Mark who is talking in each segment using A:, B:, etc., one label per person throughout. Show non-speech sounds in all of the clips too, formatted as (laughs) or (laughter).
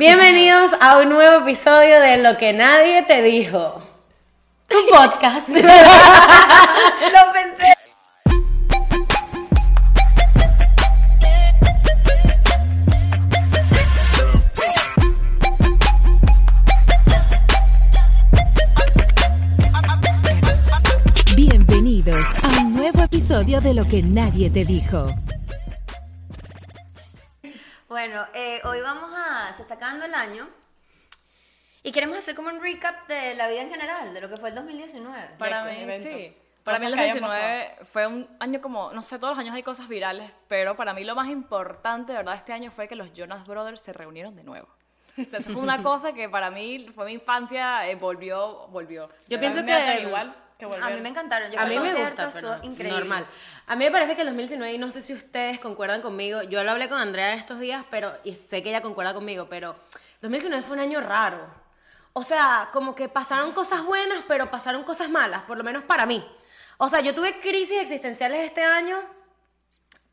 A: Bienvenidos a un nuevo episodio de Lo que nadie te dijo. Tu podcast.
B: Lo pensé.
C: Bienvenidos a un nuevo episodio de Lo que nadie te dijo.
B: Bueno, eh, hoy vamos a. Se está acabando el año. Y queremos hacer como un recap de la vida en general, de lo que fue el 2019.
D: Para
E: con
D: mí,
E: eventos.
D: sí. Para mí el
E: Cosas que hayan
D: 2019 fue un año como, no sé, todos los años hay cosas virales, pero para mí lo más importante, de verdad, este año fue que los Jonas Brothers se reunieron de nuevo. O sea, eso fue una cosa que para mí fue mi infancia, eh, volvió, volvió.
A: Yo (laughs)
E: Pero
A: pienso
E: me da
A: que.
E: tan igual que volver.
B: a mí me encantaron. Yo
A: A
B: fui
A: mí
B: al
A: me
B: concierto,
A: gusta, pero
B: estuvo increíble.
A: normal. A mí me parece que el 2019, y no sé si ustedes concuerdan conmigo, yo lo hablé con Andrea estos días, pero y sé que ella concuerda conmigo, pero 2019 fue un año raro. O sea, como que pasaron cosas buenas, pero pasaron cosas malas, por lo menos para mí. O sea, yo tuve crisis existenciales este año,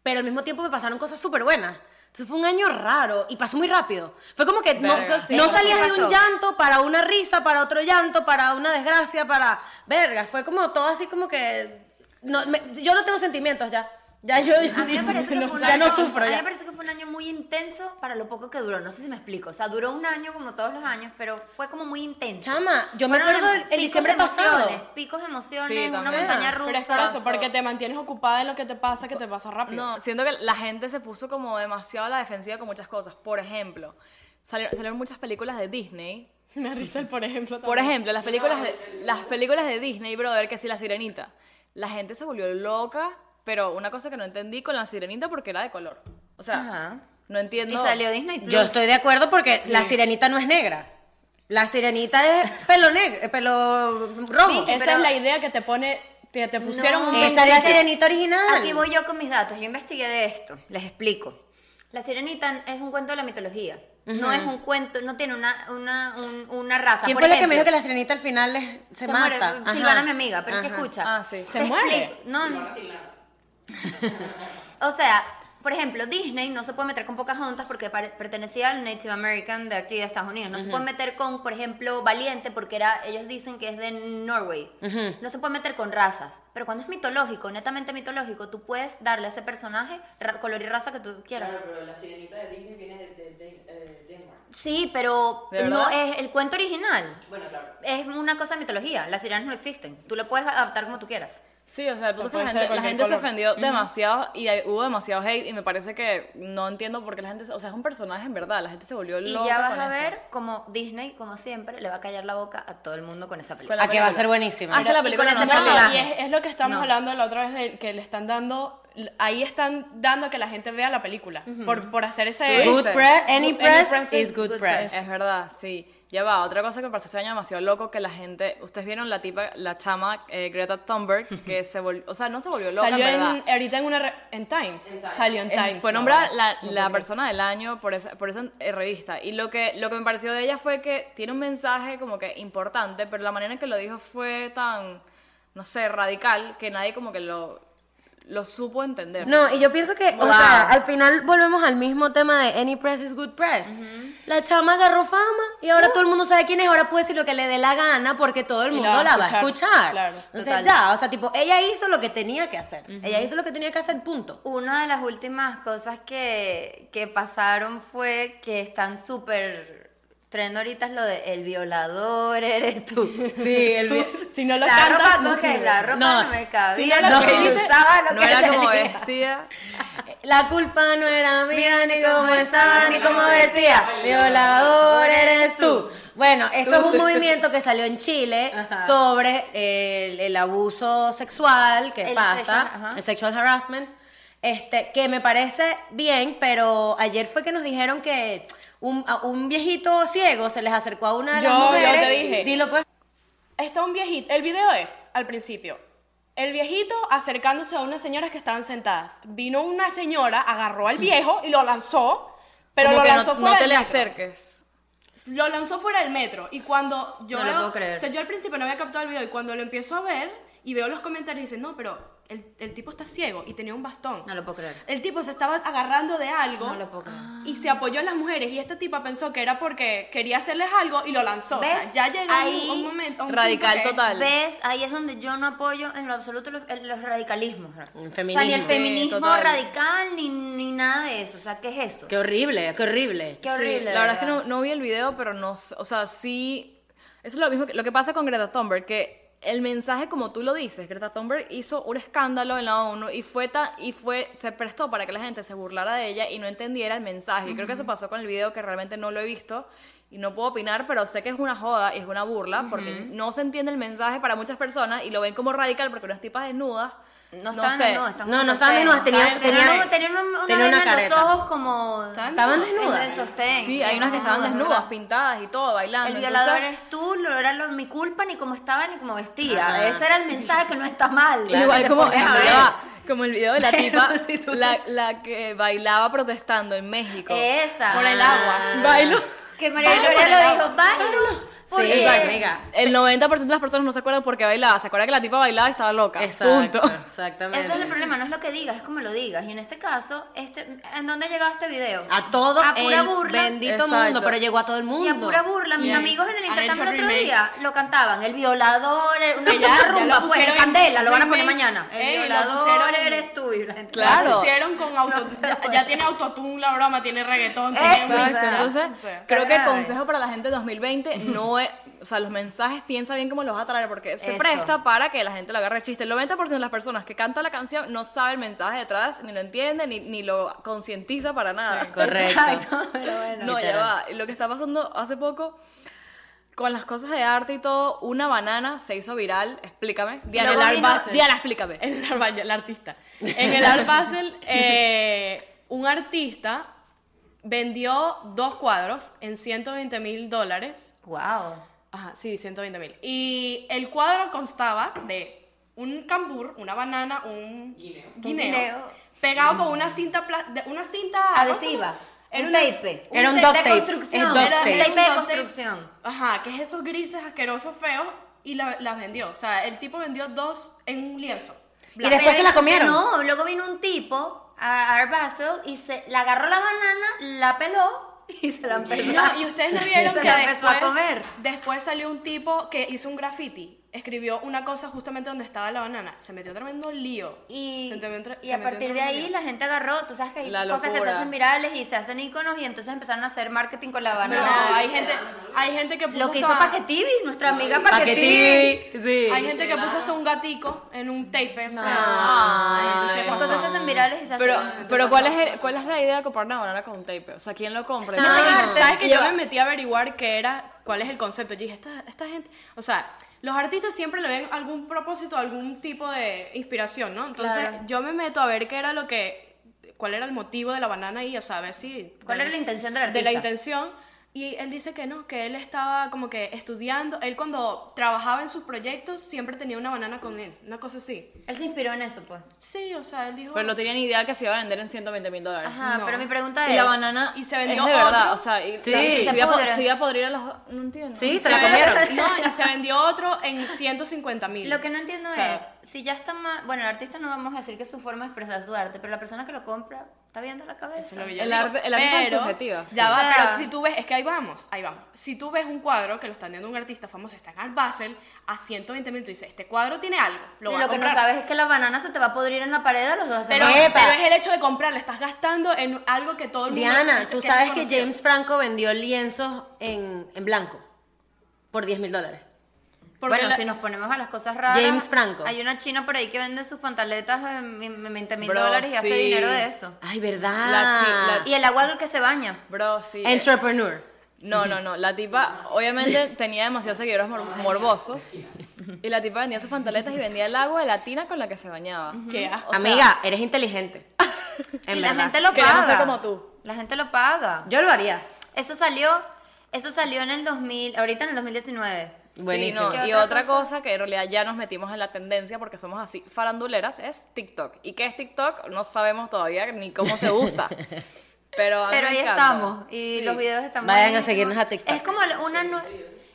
A: pero al mismo tiempo me pasaron cosas súper buenas. Entonces fue un año raro y pasó muy rápido. Fue como que no,
D: Verga.
B: sí,
A: no
B: eso sí
A: salías de un
B: pasó.
A: llanto para una risa, para otro llanto, para una desgracia, para... Verga, fue como todo así como que... no, me- yo no tengo sentimientos ya. Ya yo...
B: A mí me parece
A: (laughs)
B: que
A: no,
B: fue un
A: ya
B: año,
A: no sufro
B: a mí me
A: ya.
B: parece que fue un año muy intenso para lo poco que duró. No sé si me explico. O sea, duró un año como todos los años, pero fue como muy intenso.
A: Chama, yo me
B: Fueron
A: acuerdo el-
B: em-
A: el
B: picos
A: diciembre
B: de emociones,
A: pasado.
B: Picos de emociones,
D: Sí,
B: una
D: también.
B: montaña rusa.
E: Pero es por eso, porque te mantienes ocupada en lo que te pasa, que te pasa rápido.
D: No, siento que la gente se puso como demasiado a la defensiva con muchas cosas. Por ejemplo, salieron, salieron muchas películas de Disney.
E: (laughs) Me risa el por ejemplo.
D: Por
E: también.
D: ejemplo, las películas de, las películas de Disney, brother, que sí, La Sirenita. La gente se volvió loca, pero una cosa que no entendí con La Sirenita porque era de color. O sea,
B: Ajá.
D: no
B: Y
D: entiendo.
B: salió Disney Plus.
A: Yo estoy de acuerdo porque la sirenita no es negra. La sirenita es pelo negro, pelo rojo.
B: Vicky,
E: Esa
B: pero-
E: es la idea que te pone, que te pusieron
B: No.
E: un
A: Esa es la
B: Aquí-
A: sirenita original.
B: Aquí voy yo con mis datos. Yo investigué de esto. Les explico. La sirenita es un cuento de la mitología. No es un cuento, no tiene una, una, un- una raza.
A: ¿Quién
B: Por
A: fue la que me
B: ejemplo,
A: dijo que la sirenita al final es- se,
B: muere,
A: mata? Ajá.
B: Silvana, mi amiga, pero es que
A: Ajá.
B: escucha.
D: Ah, sí.
E: Se
B: te
E: muere.
B: explico- No, o sea, por ejemplo, Disney no se puede meter con Pocahontas porque pare- pertenecía al Native American de aquí de Estados Unidos. No se puede meter con, por ejemplo, Valiente porque era, ellos dicen que es de Norway. No se puede meter con razas. Pero cuando es mitológico, netamente mitológico, tú puedes darle a ese personaje ra- color y raza que tú quieras. Sí, pero
D: ¿De
B: no
D: verdad?
B: es el cuento original. Es una cosa de mitología. Las sirenas no existen. Tú lo puedes adaptar como tú quieras.
D: Sí, o sea, tú ves que
E: sea, puede
D: la
E: ser
D: gente, la
E: cualquier
D: gente se
E: color.
D: ofendió demasiado y hay- hubo demasiado hate y me parece que no entiendo por qué la gente, se- o sea, es un personaje en verdad, la gente se volvió
B: Y
D: loca
B: ya vas
D: con
B: a
D: eso.
B: ver como Disney, como siempre, le va a callar la boca a todo el mundo con esa película.
D: Con la
A: Ah, que va a
D: película.
A: ser buenísima.
D: Hasta la
B: Y con
D: película no
B: ese
D: salió.
B: personaje.
E: No, y es, es lo que estábamos
B: No.
E: hablando la otra vez, de que le están dando, ahí están dando que la gente vea la película, por, por hacer ese...
D: Tú
A: Good
D: dices.
A: press, any
E: Any
A: press,
E: press
A: is
E: is
A: good,
B: good
A: press.
D: Es verdad, sí. Ya va, otra cosa que me pareció este año demasiado loco que la gente, ustedes vieron la tipa, la chama eh, Greta Thunberg que se volvió, o sea, no se volvió loca
E: Salió
D: en verdad.
E: en, ahorita en una... re- En Times. Salió en
D: Es-
E: Times.
D: fue
E: ¿no? (laughs)
D: nombrada la, la persona del año por esa, por esa eh, revista. Y lo que, lo que me pareció de ella fue que tiene un mensaje como que importante, pero la manera en que lo dijo fue tan, no sé, radical, que nadie como que lo, lo supo entender.
A: No, y yo pienso que, o
B: Wow.
A: sea, al final volvemos al mismo tema de any press is good press. La chama agarró fama y
B: Uh.
A: ahora todo el mundo sabe quién es, ahora puede decir lo que le dé la gana porque todo el
E: Y la
A: mundo
E: va a
A: la va a
E: escuchar,
A: escuchar.
E: claro,
A: Entonces
B: total.
A: ya, o sea, tipo, ella hizo lo que tenía que hacer. Ella hizo lo que tenía que hacer, punto.
B: Una de las últimas cosas que, que pasaron fue que están súper tren ahorita es lo de el violador eres
D: (laughs)
B: tú.
A: Sí,
E: Tú,
A: (laughs)
E: si no lo
B: la
E: cantas,
B: ropa,
E: no
B: como que
E: sirve.
B: la ropa
A: No,
B: no, me cabía,
A: sí,
B: lo
A: no,
B: que yo
A: no.
B: usaba, lo
D: No
B: que (laughs)
D: era como
B: tenía.
D: vestida.
A: La culpa no era mía, ni cómo estaba, ni cómo
B: cómo
A: vestía. Violador eres tú. Bueno, eso es un movimiento que salió en Chile sobre el, el abuso sexual que
B: El
A: pasa,
B: sexual, ajá.
A: el sexual harassment, este, que me parece bien, pero ayer fue que nos dijeron que un, a un viejito ciego se les acercó a una de las
E: Yo- yo te
A: mujeres.
E: dije.
A: Dilo pues.
E: Está un viejito. El video es, al principio, el viejito acercándose a unas señoras que estaban sentadas. Vino una señora, agarró
B: Mm.
E: al viejo y lo lanzó, pero
D: como
E: lo
D: que
E: lanzó
D: no, no
E: fuera
D: te
E: del
D: le
E: metro.
D: acerques.
E: Lo lanzó fuera del metro. Y cuando yo.
B: No lo puedo creer.
E: O sea, yo al principio no había captado el video y cuando lo empiezo a ver, y veo los comentarios y dicen, no, pero el, el tipo está ciego y tenía un bastón.
B: No lo puedo creer.
E: El tipo se estaba agarrando de algo
B: No lo puedo creer.
E: y se apoyó en las mujeres y esta tipa pensó que era porque quería hacerles algo y lo lanzó. O sea,
B: ¿Ves?
E: ya llegó
B: Ahí-
E: un, un momento... un
D: Radical
E: punto que-
D: total.
B: ¿Ves? Ahí es donde yo no apoyo en lo absoluto los, el- los radicalismos.
A: El
B: O sea, ni el
A: feminismo.
D: Sí,
B: feminismo
D: total.
B: radical ni, ni nada de eso. O sea, ¿qué es eso?
A: Qué horrible, qué horrible.
B: Qué horrible.
D: Sí,
B: de
D: la verdad es que no, no vi el video, pero no, s- o sea, sí, eso es lo mismo que, lo que pasa con Greta Thunberg, que el mensaje como tú lo dices, Greta Thunberg hizo un escándalo en la ONU y fue ta- y fue se prestó para que la gente se burlara de ella y no entendiera el mensaje. Y creo que eso pasó con el video que realmente no lo he visto y no puedo opinar, pero sé que es una joda y es una burla porque no se entiende el mensaje para muchas personas y lo ven como radical porque unas tipas desnudas
B: No estaban
D: sé.
B: desnudas, están
A: No,
B: con
A: no estaban desnudas,
B: sostén.
A: tenían-
B: Tenían
A: tenían-
B: como- tenían una, una
A: tenían una
B: vaina en los
A: careta.
B: ojos como...
A: Estaban desnudas.
B: En el sostén.
D: Sí, hay unas que estaban
B: Desnudas,
D: desnudas,
B: ¿verdad?
D: pintadas y todo, bailando.
B: El
D: Entonces,
B: violador eres tú, no era lo- mi culpa ni cómo estaba ni cómo vestía.
A: Ajá.
B: Ese era el mensaje que no está mal.
D: Igual
B: Te
D: como,
B: pones a
D: ya
B: ver.
D: va, como el video de la
B: (laughs)
D: tipa,
A: Sí, tú-
D: la, la que bailaba protestando en México.
B: Esa.
E: Por el agua.
B: ah.
D: Bailo.
B: Que María
A: Bailo por
B: Gloria
A: el
B: lo
A: agua.
B: dijo, Pues, bailo.
A: Sí,
B: porque-
A: amiga.
D: El 90% de las personas no se acuerdan por qué bailaba. Se acuerda que la tipa bailaba y estaba loca.
A: Exacto,
D: Punto.
A: exactamente.
B: Ese es el problema, no es lo que digas, es como lo digas. Y en este caso, este, ¿en dónde ha llegado este video?
A: A todo
B: A pura
A: el
B: burla.
A: bendito
D: Exacto.
A: mundo, pero llegó a todo el mundo.
B: Y a pura burla, mis
E: Y
B: amigos en el
E: han
B: intercambio el
E: hecho
B: otro
E: remakes.
B: día lo cantaban. El violador, el- una,
E: Que ya-
B: una
E: ya
B: rumba,
E: lo
B: pues, el
E: pusieron en
B: candela, lo van a poner
E: remake.
B: mañana. El
E: Ey, lo
B: violador
E: pusieron-
B: eres tú. Y la gente-
D: Claro.
E: La pusieron con auto, ya, ya tiene autotune la broma, tiene reggaetón,
D: (laughs)
B: Eso,
E: tiene
D: Exacto.
B: ¿verdad?
D: Entonces,
E: Sí.
D: creo que el
B: Grave.
D: consejo para la gente 2020 no es. O sea, los mensajes piensa bien cómo los vas a traer, porque se
B: Eso.
D: presta para que la gente lo agarre el chiste. El 90% de las personas que cantan la canción no sabe el mensaje detrás, ni lo entiende, ni, ni lo concientiza para nada.
A: Correcto.
B: Exacto, pero bueno.
D: No, ya va. Lo que está pasando hace poco con las cosas de arte y todo, una banana se hizo viral. Explícame. Diana,
B: Luego
D: Lar-
B: vino-
D: Basel. Diana, explícame.
E: En (laughs) el, Art- el artista. En el Art Basel, eh, un artista vendió dos cuadros en 120 mil dólares.
B: Wow.
E: Ajá, sí, 120 mil. Y el cuadro constaba de un cambur, una banana, un guineo,
B: Guineo.
E: pegado
D: Mm.
E: con una cinta, pla- de- una cinta
B: Adhesiva.
E: Era
B: Un
E: una-
B: tape.
A: Era un
E: tape.
A: duct
B: De
A: tape.
B: construcción.
A: Es duct
B: Era
A: tape.
B: un tape de
E: duct tape.
B: construcción.
E: Ajá, que es esos grises asquerosos feos y la- las vendió. O sea, el tipo vendió dos en un lienzo.
B: (laughs)
A: Y después se la comieron.
B: No, luego vino un tipo a Art Basel y se la agarró la banana, la peló y se la empezó
E: No, y
B: (laughs)
E: ustedes no vieron
B: Se
E: que
B: la empezó
E: después,
B: a comer.
E: después salió un tipo que hizo un graffiti. Escribió una cosa justamente donde estaba la banana. Se metió tremendo lío.
B: Y,
E: Se metió tre-
B: y
E: se
B: a
E: metió
B: partir de
E: tremendo
B: ahí
E: lío.
B: la gente agarró, tú sabes que hay
D: La
B: cosas que se
D: locura.
B: hacen virales y se hacen iconos y entonces empezaron a hacer marketing con la
E: No,
B: banana.
E: hay gente, hay gente que puso
B: Lo que hizo
E: hasta-
B: Paquetivi, nuestra amiga Paquetivi.
A: Paquetivi. Sí.
E: Hay gente que puso hasta un gatico en un tape. No.
B: Ay,
E: entonces, ¿qué
B: Entonces se hacen virales y se
D: Pero,
B: hacen.
D: pero ¿cuál, es el- ¿cuál es la idea de comprar una banana con un tape? O sea, ¿quién lo compra?
E: Ah.
A: No,
D: Entonces,
A: y-
E: ¿Sabes que yo
D: va-
E: me metí a averiguar qué era, cuál es el concepto? Yo dije, esta, esta gente, o sea, los artistas siempre le ven algún propósito, algún tipo de inspiración, ¿no? Entonces
B: Claro.
E: yo me meto a ver qué era lo que, cuál era el motivo de la banana y, o sea, a ver si...
B: ¿Cuál era la intención del
E: De la
B: artista?
E: intención. Y él dice que no, que él estaba como que estudiando, él cuando trabajaba en sus proyectos siempre tenía una banana con él, una cosa así.
B: Él se inspiró en eso, pues.
E: Sí, o sea, él dijo...
D: Pero no tenía ni idea que se iba a vender en 120 mil dólares.
B: Ajá,
E: No.
B: pero mi pregunta es.
D: Y la banana
E: Y se vendió
D: es de verdad,
E: otro.
D: o sea, y,
A: Sí.
D: o sea,
A: Y
B: se
D: se, iba a, po-
B: pudre.
D: se iba a podrir a las dos, no entiendo.
A: Sí, se
E: Se
A: la
E: (laughs)
A: comieron.
E: No, y se vendió otro en 150 mil.
B: Lo que no entiendo
E: O sea,
B: es, si ya está mal, bueno, el artista no vamos a decir que es su forma de expresar su arte, pero la persona que lo compra está viendo la cabeza.
E: Eso es lo que yo
D: El
E: digo.
D: arte- el arte es
E: Pero,
D: subjetivo, sí.
E: Ya va,
B: O sea-
E: pero si tú ves, es que ahí vamos, ahí vamos. Si tú ves un cuadro que lo está vendiendo un artista famoso, está en Art Basel, a 120 mil, tú dices, este cuadro tiene algo, lo
B: y
E: voy a
B: lo que no
E: comprar.
B: sabes es que la banana se te va a podrir en la pared a los dos.
E: pero, eh,
B: segundos.
A: ¡Epa!
E: pero es el hecho de comprarla, estás gastando en algo que todo el mundo...
A: Diana, tú
E: es
A: sabes que
E: conocido.
A: James Franco vendió lienzos en, en blanco por 10 mil dólares.
E: Porque
B: bueno,
E: la-
B: si nos ponemos a las cosas raras.
A: James Franco.
B: Hay una china por ahí que vende sus pantaletas en vi- en 20 mil
D: Bro,
B: dólares y hace
D: sí.
B: dinero de eso.
A: Ay, ¿verdad?
D: La chi-
B: Y el agua al que se baña.
D: Bro, sí.
A: Entrepreneur.
D: No, no, no. La tipa, obviamente, tenía demasiados seguidores mor- morbosos. Y la tipa vendía sus pantaletas y vendía el agua de la tina con la que se bañaba.
E: Qué
D: O
E: asco.
D: sea,
A: Amiga, eres inteligente.
D: (laughs)
A: En
B: y
A: verdad.
B: la gente lo
D: Queremos
B: paga.
D: ser como tú.
B: La gente lo paga.
A: Yo lo haría.
B: Eso salió, eso salió en el 2000, ahorita en el 2019.
A: Buenísimo.
D: Sí, no.
B: ¿Qué
D: Y
B: otra
D: otra
B: cosa?
D: cosa? que en realidad ya nos metimos en la tendencia porque somos así faranduleras es TikTok. ¿Y qué es TikTok? No sabemos todavía ni cómo se
B: (laughs)
D: usa. Pero, a mí
B: Pero
D: me
B: ahí
D: encanta.
B: estamos y
D: Sí.
B: los videos están
A: Vayan a
B: buenísimos.
A: seguirnos a TikTok.
B: Es como la- una nu-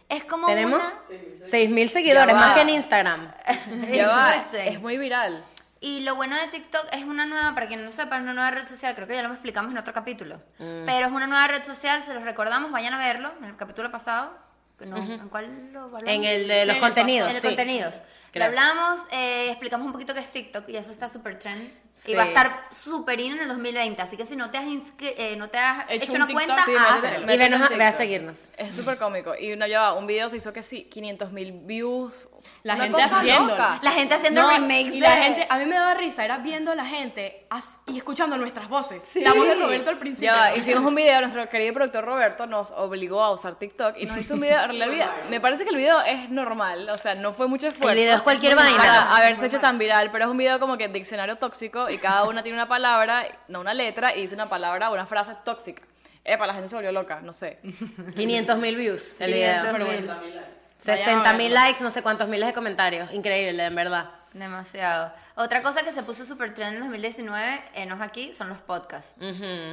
B: Es como
A: Tenemos
B: una-
A: 6.000 seguidores, más
D: va.
A: que en Instagram.
B: (laughs)
D: Ya va,
B: Escuchen.
D: es muy viral.
B: Y lo bueno de TikTok es una nueva, para quien no sepa, es una nueva red social, creo que ya lo explicamos en otro capítulo.
A: Mm.
B: Pero es una nueva red social, se los recordamos, vayan a verlo, en el capítulo pasado. que no, ¿En cuál lo evaluamos?
A: En el de
E: Sí,
A: los
E: en el
A: contenidos.
B: En el
A: sí.
B: contenidos. Lo
A: Creo.
B: hablamos, eh, explicamos un poquito qué es TikTok y eso está súper trend. Y
A: Sí.
B: va a estar súper in en el 2020. Así que si no te has, inscri- eh, no te has
E: Hecho
B: hecho,
E: un
B: una
E: TikTok,
B: cuenta,
E: sí,
B: hazlo.
E: métete-
A: Y venos a-
D: en
A: ve a
D: TikTok.
A: seguirnos.
D: Es súper cómico. Y no lleva un video se hizo que sí, 500 mil views.
E: La
D: Una
E: gente
D: cosa
E: haciéndolo.
D: loca.
B: La gente haciendo
E: No,
B: remakes
E: y la
B: de-
E: gente, a mí me daba risa, era viendo a la gente as- y escuchando nuestras voces. La voz de Roberto al principio.
D: Ya va,
E: (laughs)
D: hicimos un video, nuestro querido productor Roberto nos obligó a usar TikTok y nos hizo un video. en realidad, me parece que el video es normal, o sea, no fue mucho esfuerzo.
A: El video es cualquier
D: Para
A: vaina.
D: haberse hecho tan viral, pero es un video como que diccionario tóxico y cada una tiene una palabra, no una letra, y dice una palabra, una frase tóxica. Epa, la gente se volvió loca, no sé.
A: 500.000 views el
B: Y eso es
A: video.
B: muy-
A: 60.000 likes, no sé cuántos miles de comentarios. Increíble, en verdad.
B: Demasiado. Otra cosa que se puso súper trend en 2019, eh, no es aquí, son los podcasts.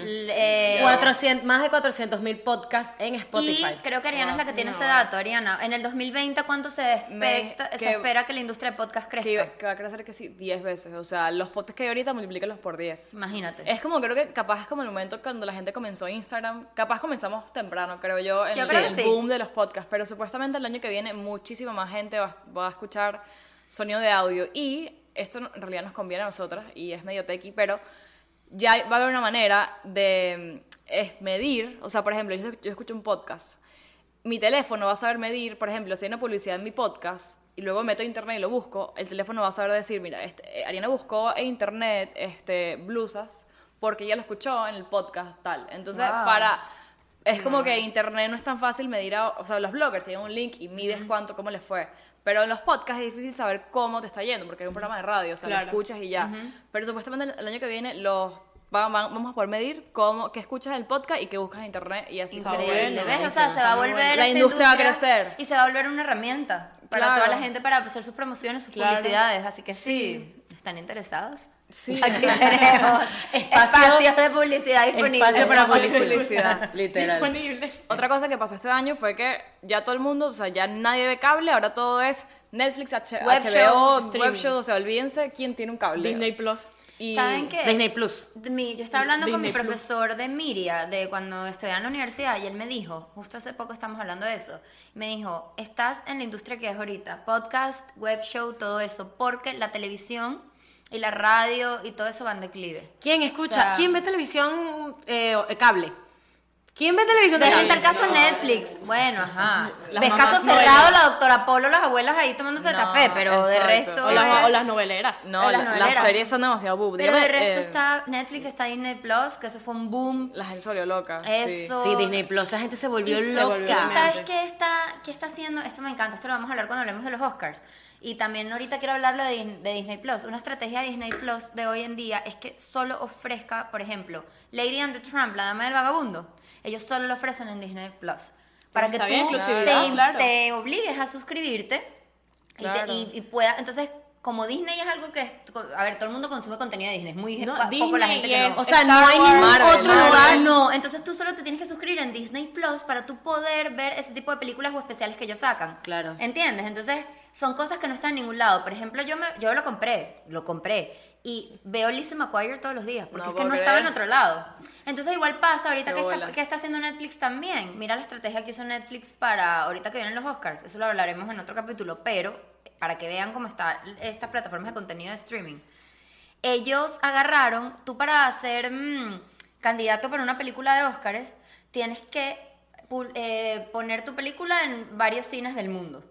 B: Le- eh,
A: 400, más de 400.000 podcasts en
B: y
A: Spotify.
B: creo que Ariana es la que tiene ese dato, Ariana. En el 2020, ¿cuánto se, expecta-
D: Me-
B: se
D: que-
B: espera que la industria de podcast
D: Que, iba-
B: crezca?
D: que va a crecer que sí, 10 veces. O sea, los podcasts que hay ahorita, multiplícalos por 10.
B: Imagínate.
D: Es como creo que capaz es como el momento cuando la gente comenzó Instagram. Capaz comenzamos temprano, creo yo, en
B: Yo
D: el,
B: creo que
D: el
B: sí.
D: boom de los podcasts. Pero supuestamente el año que viene muchísima más gente va, va a escuchar sonido de audio. Y esto no- en realidad nos conviene a nosotras y es medio techy, pero ya va a haber una manera de mm, es medir. O sea, por ejemplo, yo, yo escucho un podcast. Mi teléfono va a saber medir, por ejemplo, si hay una publicidad en mi podcast y luego meto a internet y lo busco, el teléfono va a saber decir, mira, este, eh, Ariana buscó en internet este, blusas porque ella lo escuchó en el podcast tal. Entonces,
B: Wow.
D: para... Es como que internet no es tan fácil medir, a- o sea, los bloggers tienen un link y mides cuánto, cómo les fue. Pero en los podcasts es difícil saber cómo te está yendo, porque hay un programa de radio, o sea,
E: Claro.
D: lo escuchas y ya. Pero supuestamente el año que viene los van- van- vamos a poder medir cómo, qué escuchas del podcast y qué buscas en internet y así.
B: Increíble,
E: bueno,
B: ¿ves? O sea, se va a volver
D: La
B: esta
D: industria va a crecer.
B: y se va a volver una herramienta para
D: Claro.
B: toda la gente para hacer sus promociones, sus
E: Claro.
B: publicidades. Así que sí,
D: Sí.
B: ¿están interesados?
D: Sí.
B: Aquí tenemos
A: Espacio-
B: espacios de publicidad disponibles.
A: Espacio para
D: Espacio de
A: publicidad.
D: publicidad.
A: Literal.
D: Otra cosa que pasó este año fue que ya todo el mundo, o sea, ya nadie ve cable, ahora todo es Netflix, H-
B: Web shows,
D: HBO,
B: streaming.
D: web shows, o sea, olvídense quién tiene un cable.
E: Disney Plus.
D: Y-
B: ¿Saben qué?
A: Disney Plus.
B: De mí- yo estaba hablando con mi
E: Disney Plus.
B: profesor de Miria, de cuando estudiaba en la universidad, y él me dijo, justo hace poco estamos hablando de eso, me dijo, estás en la industria que es ahorita, podcast, web show, todo eso, porque la televisión y la radio y todo eso van declive.
A: ¿Quién
B: O
A: escucha?
B: sea-
A: ¿Quién ve televisión eh, o- cable? ¿Quién ve televisión
B: Pero
A: de
B: en tal
A: cable?
B: caso Netflix, bueno, ajá.
E: Las
B: Ves
E: mamás
B: caso cerrado,
E: novelas.
B: la doctora Polo, las abuelas ahí tomándose el
D: No,
B: café, pero de
D: exacto.
B: resto...
E: O las,
B: es-
E: o las noveleras.
D: No,
B: las
D: la- las
B: noveleras.
D: series son demasiado boob.
B: Pero de
D: Dígame,
B: resto
D: eh,
B: está Netflix, está Disney Plus, que eso fue un boom.
D: La gente se volvió loca. sí.
B: Eso.
A: Sí, Disney Plus. La gente se volvió
E: Y se
A: loca.
E: volvió
B: ¿Y tú
E: Obviamente.
B: sabes qué está, qué está haciendo? Esto me encanta, esto lo vamos a hablar cuando hablemos de los Oscars. Y también ahorita quiero hablarlo de, Dis- de Disney Plus. Una estrategia de Disney Plus de hoy en día es que solo ofrezca, por ejemplo, Lady and the Tramp, la dama del vagabundo. Ellos solo lo ofrecen en Disney Plus. Para que tú
E: Pues Está bien,
B: te,
E: inclusividad, claro.
B: te obligues a suscribirte y, te-
D: Claro.
B: y- y pueda. Entonces, como Disney es algo que. es- a ver, todo el mundo consume contenido de Disney. Es muy
E: No,
B: pa- poco
E: Disney
B: la gente
E: y
B: que
E: es-
B: no.
A: O sea, no
E: Star
A: hay ningún
E: Wars,
A: otro
E: Marvel.
A: lugar.
B: Ah, No, entonces tú solo te tienes que suscribir en Disney Plus para tú poder ver ese tipo de películas o especiales que ellos sacan.
A: Claro.
B: ¿Entiendes? Entonces, son cosas que no están en ningún lado. Por ejemplo, yo, me, yo lo compré, lo compré. Y veo Lizzie McGuire todos los días, porque
D: No
B: es que no
D: puedo
B: estaba en
D: creer.
B: otro lado. Entonces, igual pasa ahorita
D: Qué
B: que está,
D: bolas.
B: que está haciendo Netflix también. Mira la estrategia que hizo Netflix para ahorita que vienen los Oscars. Eso lo hablaremos en otro capítulo, pero para que vean cómo están estas plataformas de contenido de streaming ellos agarraron, tú para ser mm, candidato para una película de Óscares, tienes que pu- eh, poner tu película en varios cines del mundo.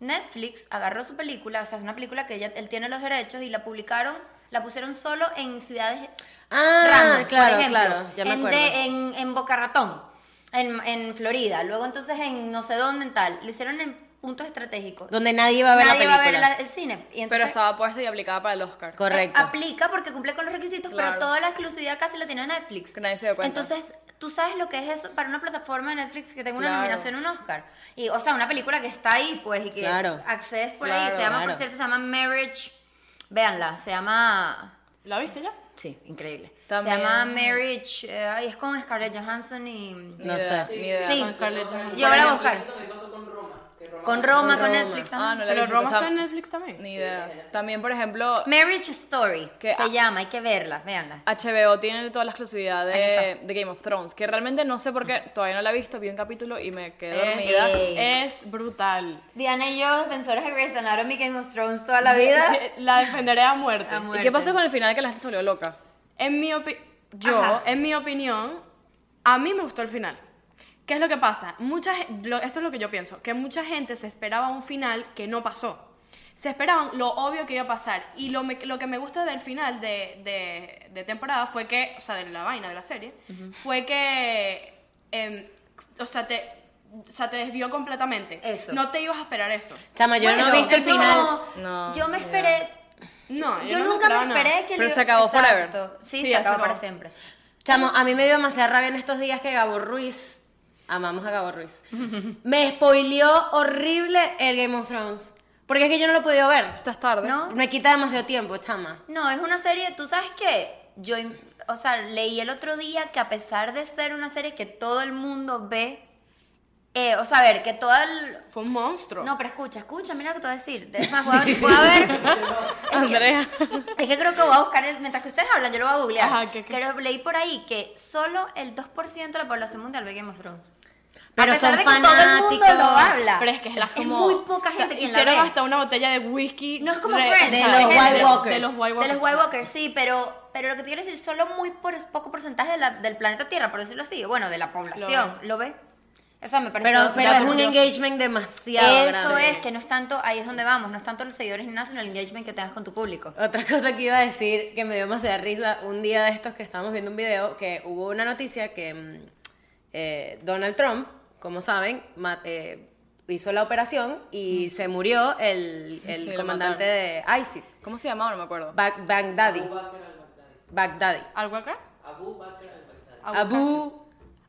B: Netflix agarró su película, o sea, es una película que ella- él tiene los derechos y la publicaron, la pusieron solo en ciudades
A: Ah,
B: random,
A: claro,
B: por ejemplo,
A: claro, ya me
B: en,
A: acuerdo.
B: en, en Boca Ratón, en, en Florida, luego entonces en no sé dónde en tal, lo hicieron en puntos estratégicos.
A: Donde nadie va a ver
B: Nadie
A: la
B: va a ver
A: película.
B: la- el cine. Y
D: Pero
B: entonces,
D: estaba puesta y aplicada para el Oscar.
A: Correcto.
B: eh, Aplica porque cumple con los requisitos,
D: Claro.
B: pero toda la exclusividad casi la tiene Netflix.
D: Que nadie se dio cuenta.
B: Entonces, tú sabes lo que es eso para una plataforma de Netflix que tenga una
D: Claro.
B: nominación a un Oscar. Y, o sea, una película que está ahí, pues, y que
A: Claro.
B: accedes por ahí.
D: Claro,
B: Se llama, por
A: claro.
B: cierto, se llama Marriage. Véanla, se llama.
E: ¿La viste ya?
B: Sí, increíble.
D: También-
B: Se llama Marriage. eh, ay, es con Scarlett Johansson y.
D: Ni
A: No
D: idea,
A: sé.
D: ni idea.
B: Sí,
E: Con Scarlett Johansson.
B: yo voy a buscar.
F: Eso también pasó con Roma.
B: Con Roma, con
A: Roma.
B: Netflix.
D: Ah,
B: ajá.
D: no la he
E: Pero
D: visto,
E: Roma
D: o sea,
E: está en Netflix también.
D: Ni idea. También, por ejemplo,
B: Marriage Story
D: Que-
B: se llama, hay que verla, véanla.
D: HBO tiene toda la exclusividad
B: Ahí
D: de, de Game of Thrones, que realmente no sé por qué, todavía no la he visto, vi un capítulo y me quedé dormida.
B: Eh,
E: Es, es brutal.
B: Diana y yo, defensores de Grey's Anatomy, Game of Thrones toda la vida.
E: (laughs) La defenderé a muerte.
B: A
D: ¿Y
B: muerte.
D: qué pasó con el final que la gente se volvió loca?
E: En mi opi- yo,
B: Ajá.
E: en mi opinión, a mí me gustó el final. ¿Qué es lo que pasa? Mucha, ge- lo- esto es lo que yo pienso, que mucha gente se esperaba un final que no pasó. Se esperaban lo obvio que iba a pasar. Y lo, me- lo que me gusta del final de, de- de temporada fue que, o sea, de la vaina de la serie, fue que, em, o, sea, te, o sea, te desvió completamente.
B: Eso.
E: No te ibas a esperar eso.
A: Chama, yo no he visto el
B: eso-
A: final.
D: No,
B: yo me
D: ni
B: esperé.
E: No,
B: Yo
E: no me
B: nunca me
E: esperaba nada.
B: esperé que
D: Pero
B: le-
D: se acabó forever.
B: Exacto. Sí,
E: Sí,
B: se
E: ya se
B: acabó para
E: acabó.
B: siempre.
A: Chamo, a mí me dio demasiada rabia en estos días que Gabo Ruiz, amamos a Gabo (laughs) Ruiz, me spoileó horrible el Game of Thrones. Porque es que yo no lo he podido ver.
D: Estás tarde. (laughs)
B: No.
A: Me quita demasiado tiempo, chama.
B: No, es una serie, tú sabes qué, yo, im- o sea, leí el otro día que a pesar de ser una serie que todo el mundo ve, eh, o sea, a ver, que toda el...
E: Fue un monstruo.
B: No, pero escucha, escucha, mira lo que te voy a decir. Es más, voy a, voy a ver...
E: (laughs)
D: Andrea.
B: Es que creo que voy a buscar, el- mientras que ustedes hablan, yo lo voy a googlear.
E: Ajá, ¿qué, qué?
B: Pero leí por ahí que solo el 2% de la población mundial ve Game of Thrones.
A: Pero
B: a pesar
A: son
B: de que todo el mundo
A: fanáticos.
B: lo habla.
E: Pero es que es la como-
B: muy poca
E: o sea,
B: gente quien la
E: hicieron
B: ve.
E: hasta una botella de whisky.
B: No es como
E: re-
B: Friends,
E: de,
B: por
E: los
B: ejemplo.
E: White Walkers.
A: De los
E: White
B: De los White Walkers, sí, pero, pero lo que te quiero decir, solo muy por, poco porcentaje de la- del planeta Tierra, por decirlo así, bueno, de la población, ¿lo ve? Eso me parece
A: Pero, pero es un
B: curioso.
A: engagement demasiado
B: Eso
A: grande.
B: es, que no es tanto, ahí es donde vamos, no es tanto los seguidores ni nada, sino el engagement que tengas con tu público.
A: Otra cosa que iba a decir que me dio demasiada risa, un día de estos que estábamos viendo un video, que hubo una noticia que mm, eh, Donald Trump, como saben, ma- eh, hizo la operación y se murió el, el
D: Sí, lo
A: comandante de ISIS,
D: ¿Cómo se llamaba? No me acuerdo.
A: Bag- Baghdadi. Baghdadi.
E: ¿Algo acá?
A: Abu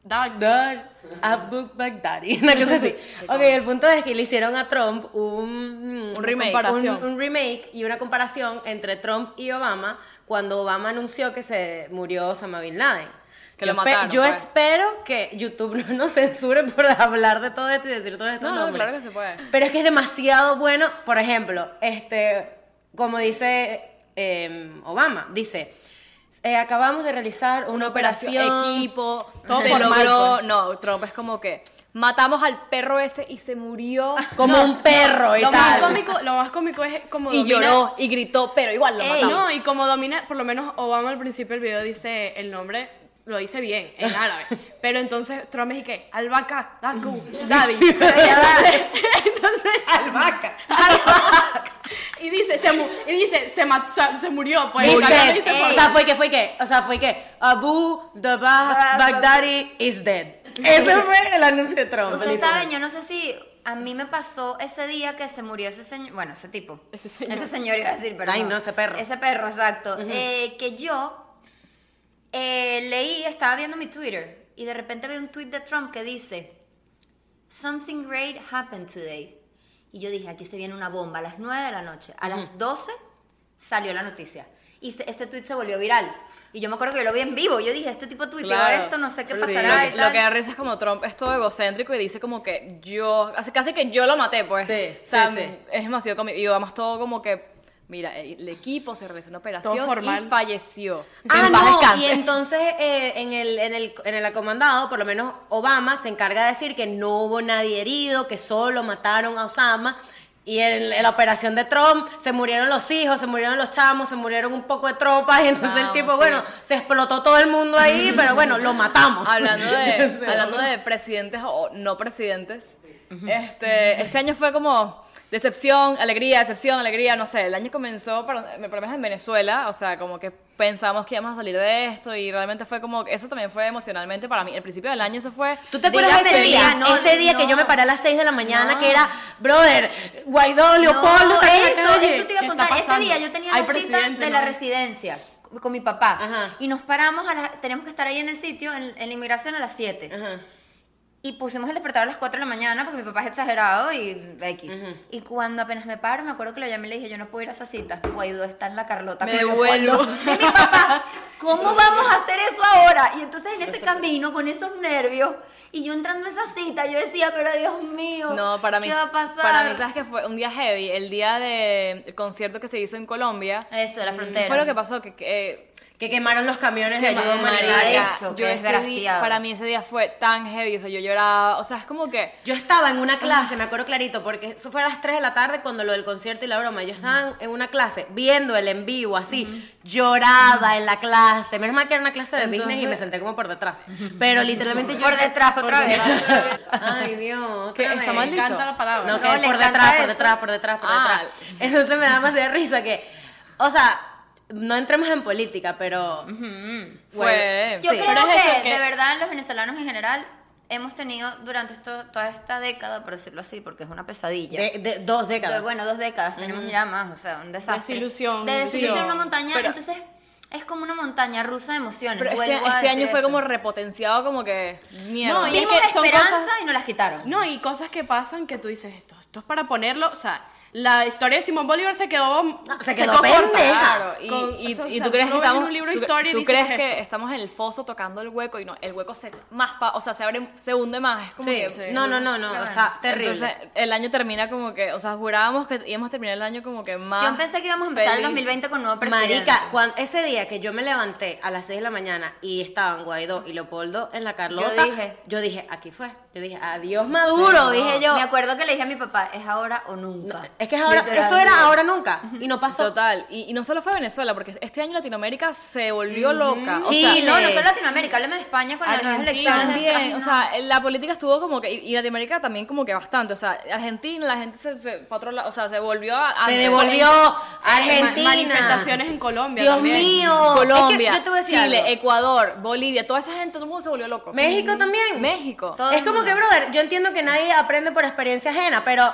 E: Dark.
A: Dar- Abu Baghdadi, (laughs) una cosa
D: (laughs)
A: así. Ok, el punto es que le hicieron a Trump un,
D: Un remake.
E: Comparación.
A: un- un remake y una comparación entre Trump y Obama cuando Obama anunció que se murió Osama Bin Laden.
D: Que
A: yo
D: lo
A: espe-
D: mataron,
A: yo
D: pues.
A: espero que YouTube (laughs) no nos censure por hablar de todo esto y decir todo esto.
D: No, no, claro que se puede.
A: Pero es que es demasiado bueno. Por ejemplo, este, como dice eh, Obama, dice, eh, acabamos de realizar una, operación,
D: equipo,
E: Todo
D: se
E: formal,
D: logró.
E: pues.
D: No, Trump es como que matamos al perro ese y se murió.
A: como un perro y
E: Lo más,
A: tal.
E: cómico, lo más cómico es como
D: y
E: domina-
D: lloró y gritó, pero igual lo
B: Ey,
D: matamos.
E: No, y como domina, por lo menos Obama al principio del video dice el nombre, lo dice bien, en
B: (laughs)
E: árabe. Pero entonces Trump es y que, albaca, daku, daddy. entonces, albaca. y dice, se, mu- y dice, se, ma- o sea, se murió, pues.
A: Dice,
E: o sea, no dice
A: eh,
E: por-
A: o sea, fue que, fue que, o sea, fue que Abu Dabah Baghdadi is dead. (laughs) Ese fue el anuncio de Trump.
B: Ustedes
A: literal.
B: saben, yo no sé si a mí me pasó ese día que se murió ese señor, bueno, ese tipo.
E: Ese señor.
B: iba a decir, pero
A: Ay, no, ese perro.
B: Ese perro, exacto. Eh, que yo eh, leí, estaba viendo mi Twitter y de repente vi un tweet de Trump que dice, Something great happened today. Y yo dije, aquí se viene una bomba a las 9 de la noche. A las 12 salió la noticia. Y se- ese tweet se volvió viral. Y yo me acuerdo que yo lo vi en vivo. Yo dije, este tipo tuiteó
D: Claro.
B: esto, no sé qué
A: Sí.
B: pasará. y
D: Lo
B: tal.
D: que da risa es como Trump es todo egocéntrico y dice como que yo, así casi que yo lo maté, pues.
A: Sí,
D: o sea,
A: sí, sí.
D: es demasiado cómico. Y además todo como que, mira, el equipo se realizó una operación
E: Todo formal.
D: y falleció.
A: Ah,
D: En paz
A: no, y
D: descanse.
A: entonces eh, en, el, en, el, en el acomandado, por lo menos Obama se encarga de decir que no hubo nadie herido, que solo mataron a Osama. Y en, en la operación de Trump se murieron los hijos, se murieron los chamos, se murieron un poco de tropas. (laughs) Y entonces el
D: Vamos,
A: tipo,
D: sí.
A: bueno, se explotó todo el mundo ahí, pero bueno, lo (laughs) matamos.
D: Hablando
B: (laughs)
D: de,
A: Sí.
D: hablando de presidentes o no presidentes, este, este año fue como decepción, alegría, decepción, alegría, no sé, el año comenzó, para, me menos en Venezuela, o sea, como que pensamos que íbamos a salir de esto y realmente fue como, eso también fue emocionalmente para mí, el principio del año eso fue...
A: ¿Tú te acuerdas de
B: Dígame
A: ese
B: el
A: día?
B: día, no,
A: ese día
B: no.
A: que yo me paré a las 6 de la mañana,
B: No.
A: que era, brother, Guaidó, Leopoldo,
B: no,
A: está en la
B: eso,
A: calle.
B: eso te iba
E: ¿Qué
B: a
E: está
B: contar. Ese
E: pasando?
B: día yo tenía
E: Hay
B: la cita
E: presidente,
B: de la
E: ¿no?
B: residencia con- con mi papá.
A: Ajá.
B: Y nos paramos, a las- teníamos que estar ahí en el sitio, en, en la inmigración, a las 7.
A: Ajá.
B: Y pusimos el despertador a las 4 de la mañana porque mi papá es exagerado y X. Y cuando apenas me paro, me acuerdo que lo llamé y le dije, yo no puedo ir a esa cita. Guaidó está en la Carlota.
D: Me
B: con
D: devuelvo.
B: Leopoldo". Y mi papá, ¿Cómo vamos a hacer eso ahora? Y entonces en ese camino, con esos nervios, y yo entrando a esa cita, yo decía, pero Dios mío,
D: No, para mí.
B: ¿qué va a pasar?
D: Para mí, sabes que fue un día heavy, el día del concierto que se hizo en Colombia.
B: Eso, la frontera.
D: ¿Qué fue lo que pasó? Que, eh, que-
A: Que quemaron los camiones de ayuda
B: Quemaron
A: humanitaria.
B: Marica, eso, qué
D: ese día-
B: desgraciados.
D: para mí ese día fue tan heavy, o sea, yo lloraba, o sea, es como que
A: Yo estaba en una clase, me acuerdo clarito, porque eso fue a las 3 de la tarde cuando lo del concierto y la broma. Yo estaba en- en una clase viendo el en vivo así, lloraba en la clase. Menos mal que era una clase de business y me
D: Entonces-
A: senté como por
B: (laughs)
A: detrás. Pero literalmente (laughs) yo.
B: Por detrás, otra vez. (laughs)
A: Ay, Dios.
D: Que
A: otra
D: está
A: vez.
D: mal
E: Me
D: dicho.
E: encanta la palabra.
A: No, que
B: No,
A: es
B: le
A: por
B: encanta
A: detrás, por
B: eso.
A: detrás, por detrás, por
D: Ah.
A: detrás. Entonces me da más de risa que. O sea, no entremos en política, pero.
D: fue...
B: Yo
A: Sí.
B: creo
E: Pero es eso
B: que,
E: que-
B: de verdad los venezolanos en general hemos tenido durante esto, toda esta década, por decirlo así, porque es una pesadilla.
A: De, de- dos décadas.
B: De- bueno, dos décadas tenemos ya más, o sea, un desastre.
E: Desilusión,
B: De desilusión
E: ilusión.
B: una montaña,
D: Pero-
B: entonces es como una montaña rusa de emociones.
D: Pero este,
B: vuelvo a
D: este año
B: decir
D: fue
B: eso.
D: como repotenciado, como que mierda.
E: No,
B: Vimos
E: y es que son
B: esperanza
E: cosas-
B: y nos las quitaron.
E: No, y cosas que pasan que tú dices, esto, esto es para ponerlo, o sea, la historia de Simón Bolívar se quedó...
A: se quedó
E: corta.
A: pendeja.
D: Claro, y,
E: Con-
D: y-
E: o sea,
D: y
E: o sea,
D: tú crees que
E: tú ves en
D: estamos
E: un libro de
D: tú cre-
E: historia y
D: tú
E: dices
D: crees que
E: esto.
D: estamos en el foso tocando el hueco y no, el hueco se más, pa- o sea, se abre, se hunde más, es como
A: Sí,
D: que
A: sí. No, no, no, no. Está terrible.
D: Entonces, el año termina como que, o sea, jurábamos que íbamos a terminar el año como que más
B: Yo pensé que íbamos a empezar el
D: feliz.
B: 2020 con nuevo presidente.
A: Marica, cuan- ese día que yo me levanté a las 6 de la mañana y estaban Guaidó y Leopoldo en la Carlota,
B: Yo dije-
A: yo dije, aquí fue. Yo dije, adiós Maduro, dije yo.
B: Me acuerdo que le dije a mi papá, es ahora o nunca.
A: Es que es ahora,
B: Literal.
A: eso era ahora nunca y no pasó.
D: Total, y, y no solo fue Venezuela, porque este año Latinoamérica se volvió loca. O
A: Sí,
D: sea,
B: Sí, no, no solo Latinoamérica, háblame de España con las nuevas
E: Argentina
B: elecciones. de
D: también,
B: Ay, no.
D: o sea, la política estuvo como que, y y Latinoamérica también como que bastante, o sea, Argentina, la gente se, se- pa' otro lado, o sea, se volvió a...
A: Se
D: antes.
A: devolvió a
E: Ma-
A: Argentina.
E: Manifestaciones en Colombia
A: Dios
E: también.
A: mío.
D: Colombia, eh,
A: Es que yo te voy a decir
D: Chile,
A: algo.
D: Ecuador, Bolivia, toda esa gente, todo el mundo se volvió loco.
A: México también.
D: México.
B: Todo
A: es
B: el
A: como
B: mundo.
A: que, brother, yo entiendo que nadie aprende por experiencia ajena, pero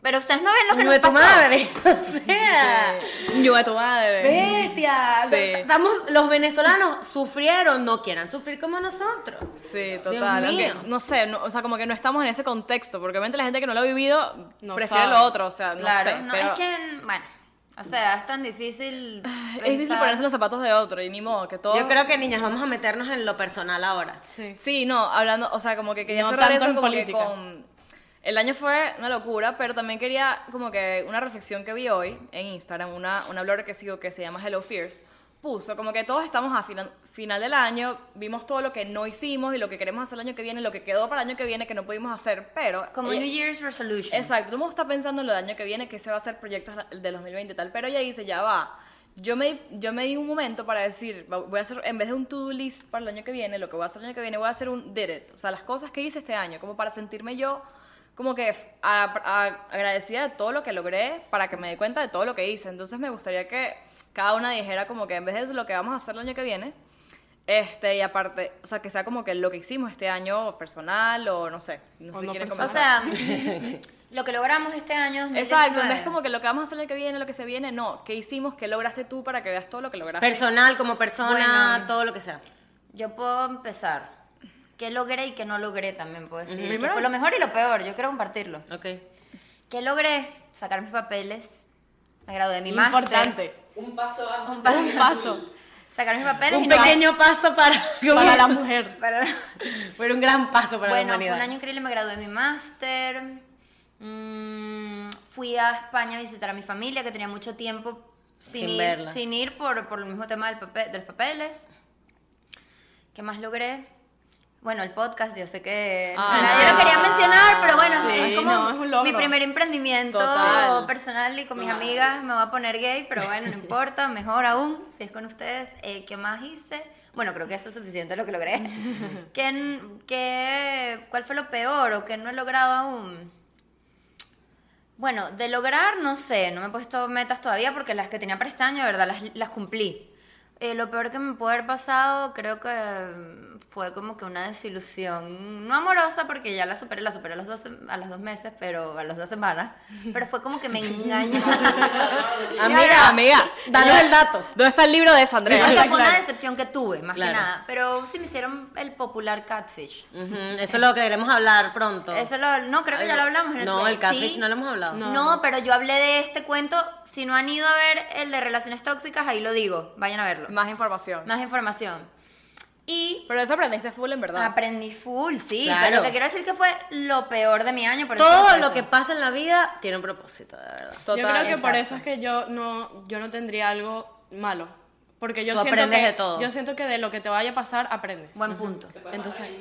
B: Pero ustedes no ven lo que
A: no
B: nos
A: de tu
B: pasó.
A: madre. (laughs) O sea,
D: Yo de tu madre.
A: bestia.
D: Sí.
A: Estamos, los venezolanos sufrieron, no quieran sufrir como nosotros.
D: Sí,
A: Dios
D: total. aunque,
A: mío.
D: no sé, no- o sea, como que no estamos en ese contexto, porque obviamente la gente que no lo ha vivido
E: No
D: prefiere
E: sabe.
D: lo otro, o sea, no
B: Claro,
D: sé.
B: no,
D: pero-
B: es que, bueno, o sea, es tan difícil
D: Es difícil
B: pensar-
D: ponerse en los zapatos de otro y ni modo, que todo...
A: Yo creo que, niñas, vamos a meternos en lo personal ahora.
E: Sí.
D: Sí, no, hablando, o sea, como que quería
E: No
D: cerrar
E: tanto
D: eso
E: en
D: como
E: política.
D: que con... El año fue una locura, pero también quería como que una reflexión que vi hoy en Instagram, una, una blogger que sigo que se llama Hello Fears, puso como que todos estamos a final, final del año, vimos todo lo que no hicimos y lo que queremos hacer el año que viene, lo que quedó para el año que viene que no pudimos hacer, pero... eh,
B: Como
D: ella-
B: New Year's Resolution.
D: Exacto, todo el mundo está pensando en lo del año que viene, que se va a hacer proyectos del 2020 y tal, pero ella dice, ya va. Yo me, yo me di un momento para decir, va- voy a hacer, en vez de un to-do list para el año que viene, lo que voy a hacer el año que viene, voy a hacer un did it. O sea, las cosas que hice este año, como para sentirme yo como que f- a- a- agradecida de todo lo que logré para que me dé cuenta de todo lo que hice. Entonces me gustaría que cada una dijera como que en vez de eso, lo que vamos a hacer el año que viene, este, y aparte, o sea, que sea como que lo que hicimos este año personal o no sé. No
E: O
D: sé
E: no
D: quieren
E: personal.
B: O
D: comenzar. (laughs)
B: sea, (laughs) lo que logramos este año 2019.
D: Exacto, no es como que lo que vamos a hacer el que viene, lo que se viene, no. ¿Qué hicimos? ¿Qué lograste tú para que veas todo lo que lograste?
A: Personal, como persona,
B: Bueno.
A: todo lo que sea.
B: Yo puedo empezar. ¿Qué logré y qué no logré también puedo decir? ¿Qué
D: Primero-
B: fue lo mejor y lo peor, yo quiero compartirlo.
A: Ok.
B: ¿Qué logré? Sacar mis papeles. Me gradué de mi máster.
E: Importante.
B: Un paso.
E: Un paso
B: (laughs) Sacar mis papeles y
A: Un
B: no- (laughs)
A: pequeño paso para,
E: para la mujer.
B: Para-
A: (laughs) Pero un gran paso para
B: bueno,
A: la
B: fue
A: humanidad.
B: un año increíble, me gradué de mi máster. Mm, fui a España a visitar a mi familia, que tenía mucho tiempo sin,
A: Sin
B: ir,
A: verlas.
B: sin ir por, por el mismo tema del papel, de los papeles. ¿Qué más logré? Bueno, el podcast, yo sé que
D: Ah,
B: nadie lo quería mencionar, pero bueno,
E: sí,
B: es como
E: no, es un logro.
B: mi primer emprendimiento
D: Total.
B: personal y con mis amigas me voy a poner gay, pero bueno, no importa, mejor aún, si es con ustedes. Eh, ¿Qué más hice? Bueno, creo que eso es suficiente lo que logré. ¿Qué, n- qué- ¿Cuál fue lo peor o qué no he logrado aún? Bueno, de lograr, no sé, no me he puesto metas todavía porque las que tenía para este año, de verdad, las, las cumplí. Eh, lo peor que me puede haber pasado creo que mm, fue como que una desilusión, no amorosa porque ya la superé, la superé a los dos, a los dos meses, pero a las dos semanas, pero fue como que me engañó.
A: Ah,
D: Amiga, Ah, amiga.
A: Danos el dato.
D: ¿Dónde está el libro de eso, Andrea?
B: O sea, fue una decepción que tuve, más
A: Claro.
B: que nada, pero sí me hicieron el popular catfish.
A: Ujú, Eso es lo que queremos hablar pronto.
B: Eso lo, no, creo que ya lo hablamos en el
A: No, el catfish
B: catfish
A: no lo hemos hablado.
B: No, pero yo hablé de este cuento. Si no han ido a ver el de relaciones tóxicas, ahí lo digo. Vayan a verlo. libro.
D: Más información.
B: Más información. Y
D: Pero eso aprendiste full, en verdad.
B: aprendí full, sí.
A: Claro.
B: Pero lo que quiero decir que fue lo peor de mi año. Por eso
A: Todo
B: fue
A: lo
B: eso.
A: que pasa en la vida tiene un propósito, de verdad.
D: Total.
E: yo creo que por
B: exacto.
E: eso es que yo no, yo no tendría algo malo. Porque yo
A: Tú
E: siento
A: aprendes
E: que,
A: de todo.
E: Yo siento que de lo que te vaya a pasar, aprendes.
B: Buen punto.
E: Entonces.
D: (laughs)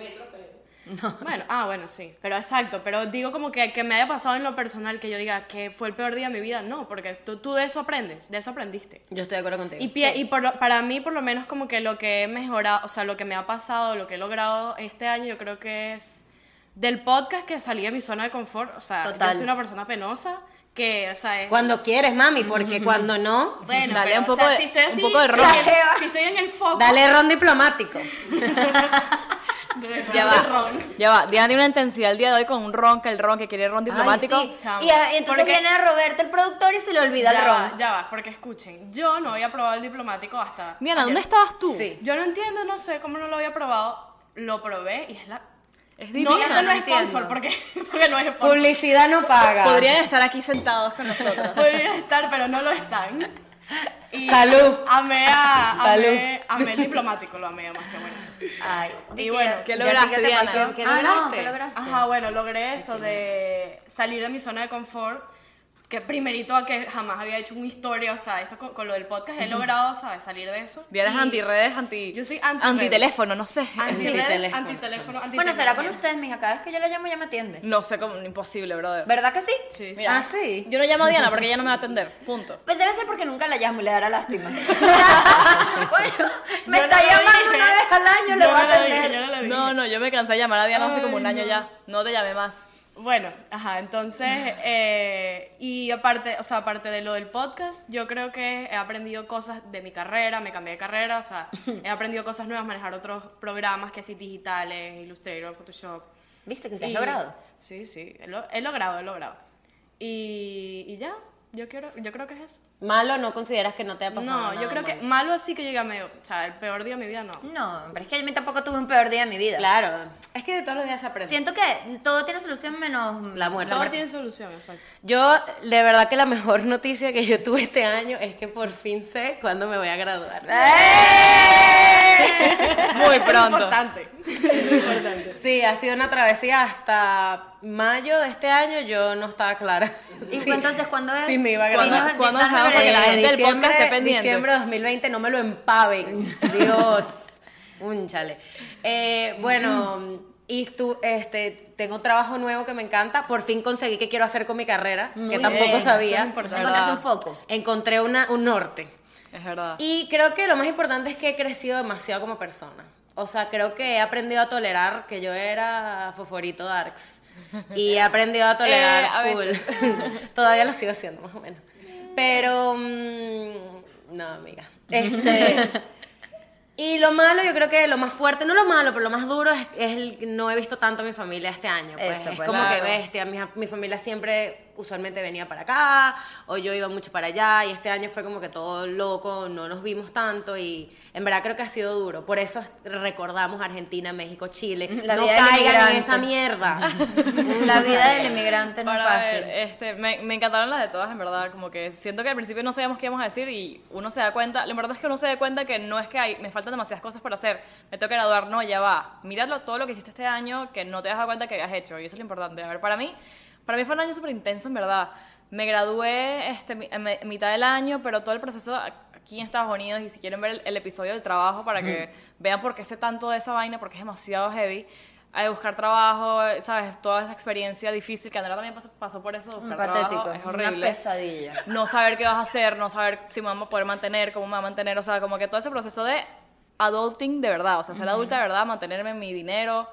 E: Bueno, ah, bueno, sí. Pero exacto. Pero digo como que, que me haya pasado en lo personal que yo diga que fue el peor día de mi vida. No, porque tú, tú de eso aprendes. De eso aprendiste.
A: Yo estoy de acuerdo contigo.
E: Y, pie- y por lo- para mí, por lo menos, como que lo que he mejorado, o sea, lo que me ha pasado, lo que he logrado este año, yo creo que es del podcast que salí de mi zona de confort. O sea,
B: Total.
E: yo soy una persona penosa que, o sea, es.
A: Cuando quieres, mami, porque cuando no,
E: Bueno,
D: Dale
E: pero,
D: un
E: o
D: poco
E: sea,
D: de-
E: si estoy
D: un
E: así,
D: poco de ron.
E: si- Si estoy en el foco.
A: dale ron diplomático.
E: de-
D: Ya
E: de
D: va,
E: ron.
D: ya va. Diana tiene una intensidad el día de hoy con un ron, que el ron que quiere ron
B: Ay,
D: diplomático.
B: sí.
E: Chamo.
B: Y, ah, entonces
E: Porque-
B: viene Roberto, el productor, y se le olvida
E: ya
B: el
E: va,
B: ron.
E: ya va, porque escuchen, yo no había probado el diplomático hasta.
D: Diana,
E: ayer.
D: ¿dónde estabas tú?
A: Sí.
E: Yo no entiendo, no sé cómo no lo había probado. Lo probé y es la.
D: Es divino.
E: No, esto no
B: no
E: es sponsor,
B: entiendo.
E: porque, (laughs) porque no es sponsor.
A: Publicidad no paga.
D: Podrían estar aquí sentados con nosotros.
E: Podrían estar, pero no lo están. Y
A: Salud.
E: Amé a. Amé,
A: Salud.
E: amé el diplomático, lo amé demasiado bueno.
B: Ay, Vicky,
E: bueno,
B: ya-
D: ¿qué
B: ya
D: lograste,
B: a ti te
D: Diana?
B: pasó.
A: ¿Qué
B: Ah, no,
A: lograste?
B: ¿qué lograste?
E: Ajá, bueno, logré eso de salir de mi zona de confort. Que primerito a que jamás había hecho una historia, o sea, esto con, con lo del podcast he logrado, ¿sabes? Salir de eso.
D: Diana es
E: Y
D: antirredes, anti.
E: Yo soy anti.
D: Antiteléfono, no sé.
E: Anti-redes,
A: Antiteléfono.
E: antiteléfono, anti
B: Bueno, será con ustedes, mija. Cada vez que yo la llamo ya me atiende.
D: No sé cómo, imposible, brother.
B: ¿Verdad que sí?
E: Sí, sí.
D: Mira,
A: Ah, sí.
D: Yo no llamo a Diana porque ella no me va a atender. Punto.
B: Pues debe ser porque nunca la llamo y le dará lástima. Coño, me
E: Ah, Yo no
B: está
E: lo
B: llamando
E: dije.
B: una vez al año, le
E: Yo
B: voy a
E: no lo dije, yo
B: atender.
E: no lo dije.
D: No, no, yo me cansé de llamar a Diana hace
E: Ay,
D: como un año
E: no.
D: ya. No te llamé más.
E: Bueno, ajá, entonces, (laughs) eh, y aparte, o sea, aparte de lo del podcast, yo creo que he aprendido cosas de mi carrera, me cambié de carrera,
B: (laughs)
E: o sea, he aprendido cosas nuevas, manejar otros programas que sí digitales, Illustrator, Photoshop.
B: ¿Viste que se
E: Y-
B: has logrado?
E: Sí, sí, he, lo- he logrado, he logrado. Y, y ya, yo, quiero, yo creo que es eso.
A: Malo no consideras que no te ha pasado.
E: No, yo
A: nada
E: creo que
A: malo.
E: malo así que llega medio, o sea, el peor día de mi vida no.
B: No, pero es que yo tampoco tuve un peor día de mi vida.
A: Claro. Es que de todos los días se aprende.
B: Siento que todo tiene solución menos
A: La muerte.
E: Todo tiene solución, exacto.
A: Yo, de verdad que la mejor (laughs) noticia que yo tuve este año es que por fin sé cuándo me voy a graduar.
D: (laughs)
B: Ah. ¡Eh!
D: Muy
E: Eso (laughs) Es
D: pronto.
E: importante. Eso es importante.
A: Sí, ha sido una travesía hasta mayo de este año, yo no estaba clara.
B: ¿Y
A: Sí.
B: entonces cuándo es?
A: Sí, me iba a grabar.
B: Dinos-
D: ¿Cuándo
B: dinos
D: nos vamos? Porque la
B: breve.
A: Eh,
D: gente del podcast
A: diciembre-
D: está pendiente.
A: Diciembre de 2020, no me lo
D: (laughs)
A: empaven. Dios. Un chale. bueno, y tú, este, tengo un trabajo nuevo que me encanta. Por fin conseguí qué quiero hacer con mi carrera, que
B: Muy
A: tampoco
B: bien,
A: sabía.
E: eso es importante.
B: Encontraste
A: (laughs)
B: un foco.
A: Encontré una, un norte.
D: Es verdad.
A: Y creo que lo más importante es que he crecido demasiado como persona. O sea, creo que he aprendido a tolerar que yo era Foforito Darks. Y he aprendido a tolerar
D: (laughs) Eh, a veces.
A: full. (laughs) Todavía lo sigo haciendo, más o menos. Pero. mm, no,
D: (laughs)
A: amiga. Este, y lo malo, yo creo que lo más fuerte, no lo malo, pero lo más duro es, es el no he visto tanto a mi familia este año. Pues.
B: Eso,
A: es
B: pues,
A: como
D: claro.
A: que bestia. Mi, mi familia siempre usualmente venía para acá, o yo iba mucho para allá, y este año fue como que todo loco, no nos vimos tanto, y en verdad creo que ha sido duro. Por eso recordamos Argentina, México, Chile.
B: La
A: no
B: vida del
A: caigan en
B: inmigrante.
A: esa mierda.
B: (laughs) La vida del inmigrante no es
D: Para
B: fácil.
D: ver, este, me, me encantaron las de todas, en verdad. Como que siento que al principio no sabíamos qué íbamos a decir y uno se da cuenta. La verdad es que uno se da cuenta que no es que hay, me faltan demasiadas cosas por hacer. Me toca graduar, no, ya va. Míralo todo lo que hiciste este año que no te has dado cuenta que habías hecho. Y eso es lo importante. A ver, para mí, para mí fue un año súper intenso, en verdad. Me gradué este, mi- en me- en mitad del año, pero todo el proceso a- aquí en Estados Unidos. Y si quieren ver el, el episodio del trabajo para que vean por qué sé tanto de esa vaina, porque es demasiado heavy a buscar trabajo, ¿sabes? Toda esa experiencia difícil que Andrea también pasó, pasó por eso. de Buscar
B: Patético.
D: trabajo, es
B: Una
D: horrible.
B: pesadilla.
D: No saber qué vas a hacer, no saber si me vamos a poder mantener, cómo me va a mantener, o sea, como que todo ese proceso de adulting de verdad, o sea, ser adulta de verdad, mantenerme en mi dinero,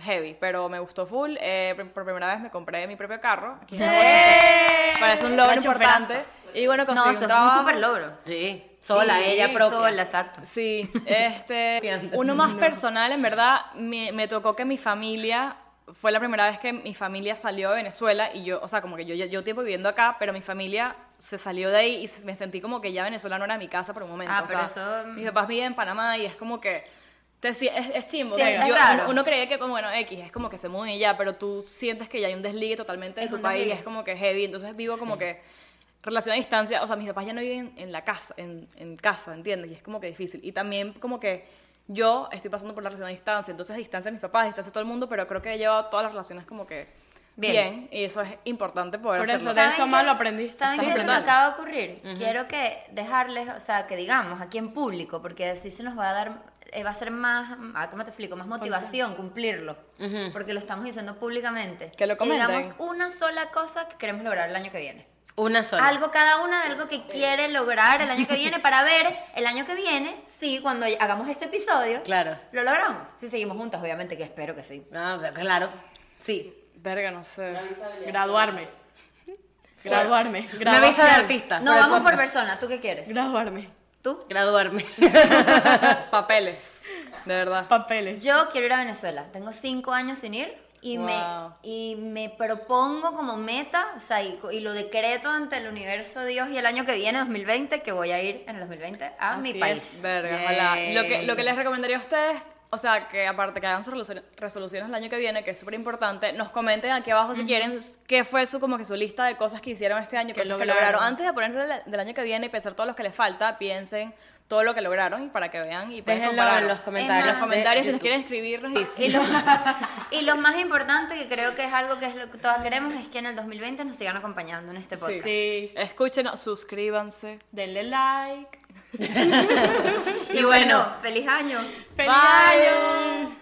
D: heavy, pero me gustó full. eh, pr- por primera vez me compré mi propio carro.
B: (laughs)
D: Aquí en Aguadulce. Parece un logro
E: La choferaza.
D: importante. Y bueno,
B: No,
D: conseguí
B: eso
D: un
B: es un
D: trabajo.
B: súper logro.
A: Sí, sola,
B: Sí,
A: ella propia.
B: Sola, exacto. (laughs)
D: Sí, este,
A: Entiendo.
D: uno más personal, en verdad, me, me tocó que mi familia, fue la primera vez que mi familia salió de Venezuela y yo, o sea, como que yo yo, yo tiempo viviendo acá, pero mi familia se salió de ahí y se- me sentí como que ya Venezuela no era mi casa por un momento.
B: Ah,
D: o
B: pero
D: sea,
B: eso-
D: Mis papás viven en Panamá y es como que... te si- es, es chimbo.
B: Sí,
D: o sea,
B: es
D: yo-
B: raro.
D: Uno creía que como, bueno, X, es como que se mueve y ya, pero tú sientes que ya hay un desligue totalmente de
B: Es
D: tu
B: un
D: país,
B: desligue.
D: es como que heavy, entonces vivo como que relación a distancia, o sea, mis papás ya no viven en la casa, en, en casa, ¿entiendes? Y es como que difícil. Y también como que yo estoy pasando por la relación a distancia, entonces distancia a mis papás, distancia a todo el mundo, pero creo que he llevado todas las relaciones como que
B: Bien.
D: bien, y eso es importante poder
E: Por eso,
D: hacerlo.
E: de
B: ¿Saben
E: eso
B: qué?
E: más lo
B: ¿Saben
E: aprendí.
D: Estás
B: qué se me
D: aprendiendo.
B: acaba de ocurrir? Quiero que dejarles, o sea, que digamos aquí en público, porque así se nos va a dar, eh, va a ser más, ah, ¿cómo te explico? Más motivación cumplirlo, porque lo estamos diciendo públicamente.
D: Que lo comenten.
B: digamos una sola cosa que queremos lograr el año que viene.
A: Una sola.
B: Algo cada una de algo que quiere lograr el año que viene para ver el año que viene si cuando hagamos este episodio
A: Claro.
B: lo logramos. Si seguimos juntas, obviamente que espero que sí.
A: Ah, o sea, claro. Sí.
D: Verga, no sé.
E: Graduarme. Graduarme.
A: Una visa de
E: Graduación.
A: artista.
B: No,
A: para el
B: vamos por
A: podcast.
B: persona. ¿Tú qué quieres?
E: Graduarme.
B: ¿Tú?
A: Graduarme.
D: (laughs) Papeles, de verdad.
E: Papeles.
B: Yo quiero ir a Venezuela. Tengo cinco años sin ir y, me,
D: Wow.
B: y me propongo como meta, o sea, y, y lo decreto ante el universo Dios y el año que viene, 2020, que voy a ir en el 2020 a mi
E: Así
B: país.
D: Verga,
A: Yay.
D: ojalá. Lo que, lo que les recomendaría a ustedes, o sea, que aparte que hagan sus resolu- resoluciones el año que viene, que es súper importante, nos comenten aquí abajo si quieren qué fue su, como que su lista de cosas que hicieron este año,
E: Que
D: cosas que
E: lograron.
D: lograron. Antes de ponerse del, del año que viene y pensar todos los que les falta, piensen todo lo que lograron y para que vean y puedan
A: Déjenlo
D: comparar.
A: en los comentarios.
B: En
D: los
A: de
D: comentarios si nos
A: YouTube.
D: quieren escribirnos y
B: Y lo, y lo más importante, que creo que es algo que es lo que todas queremos, es que en el 2020 nos sigan acompañando en este podcast.
E: Sí.
D: escúchenos, suscríbanse.
E: Denle like.
A: Y bueno.
B: feliz año.
E: ¡Feliz
D: Bye.
E: año!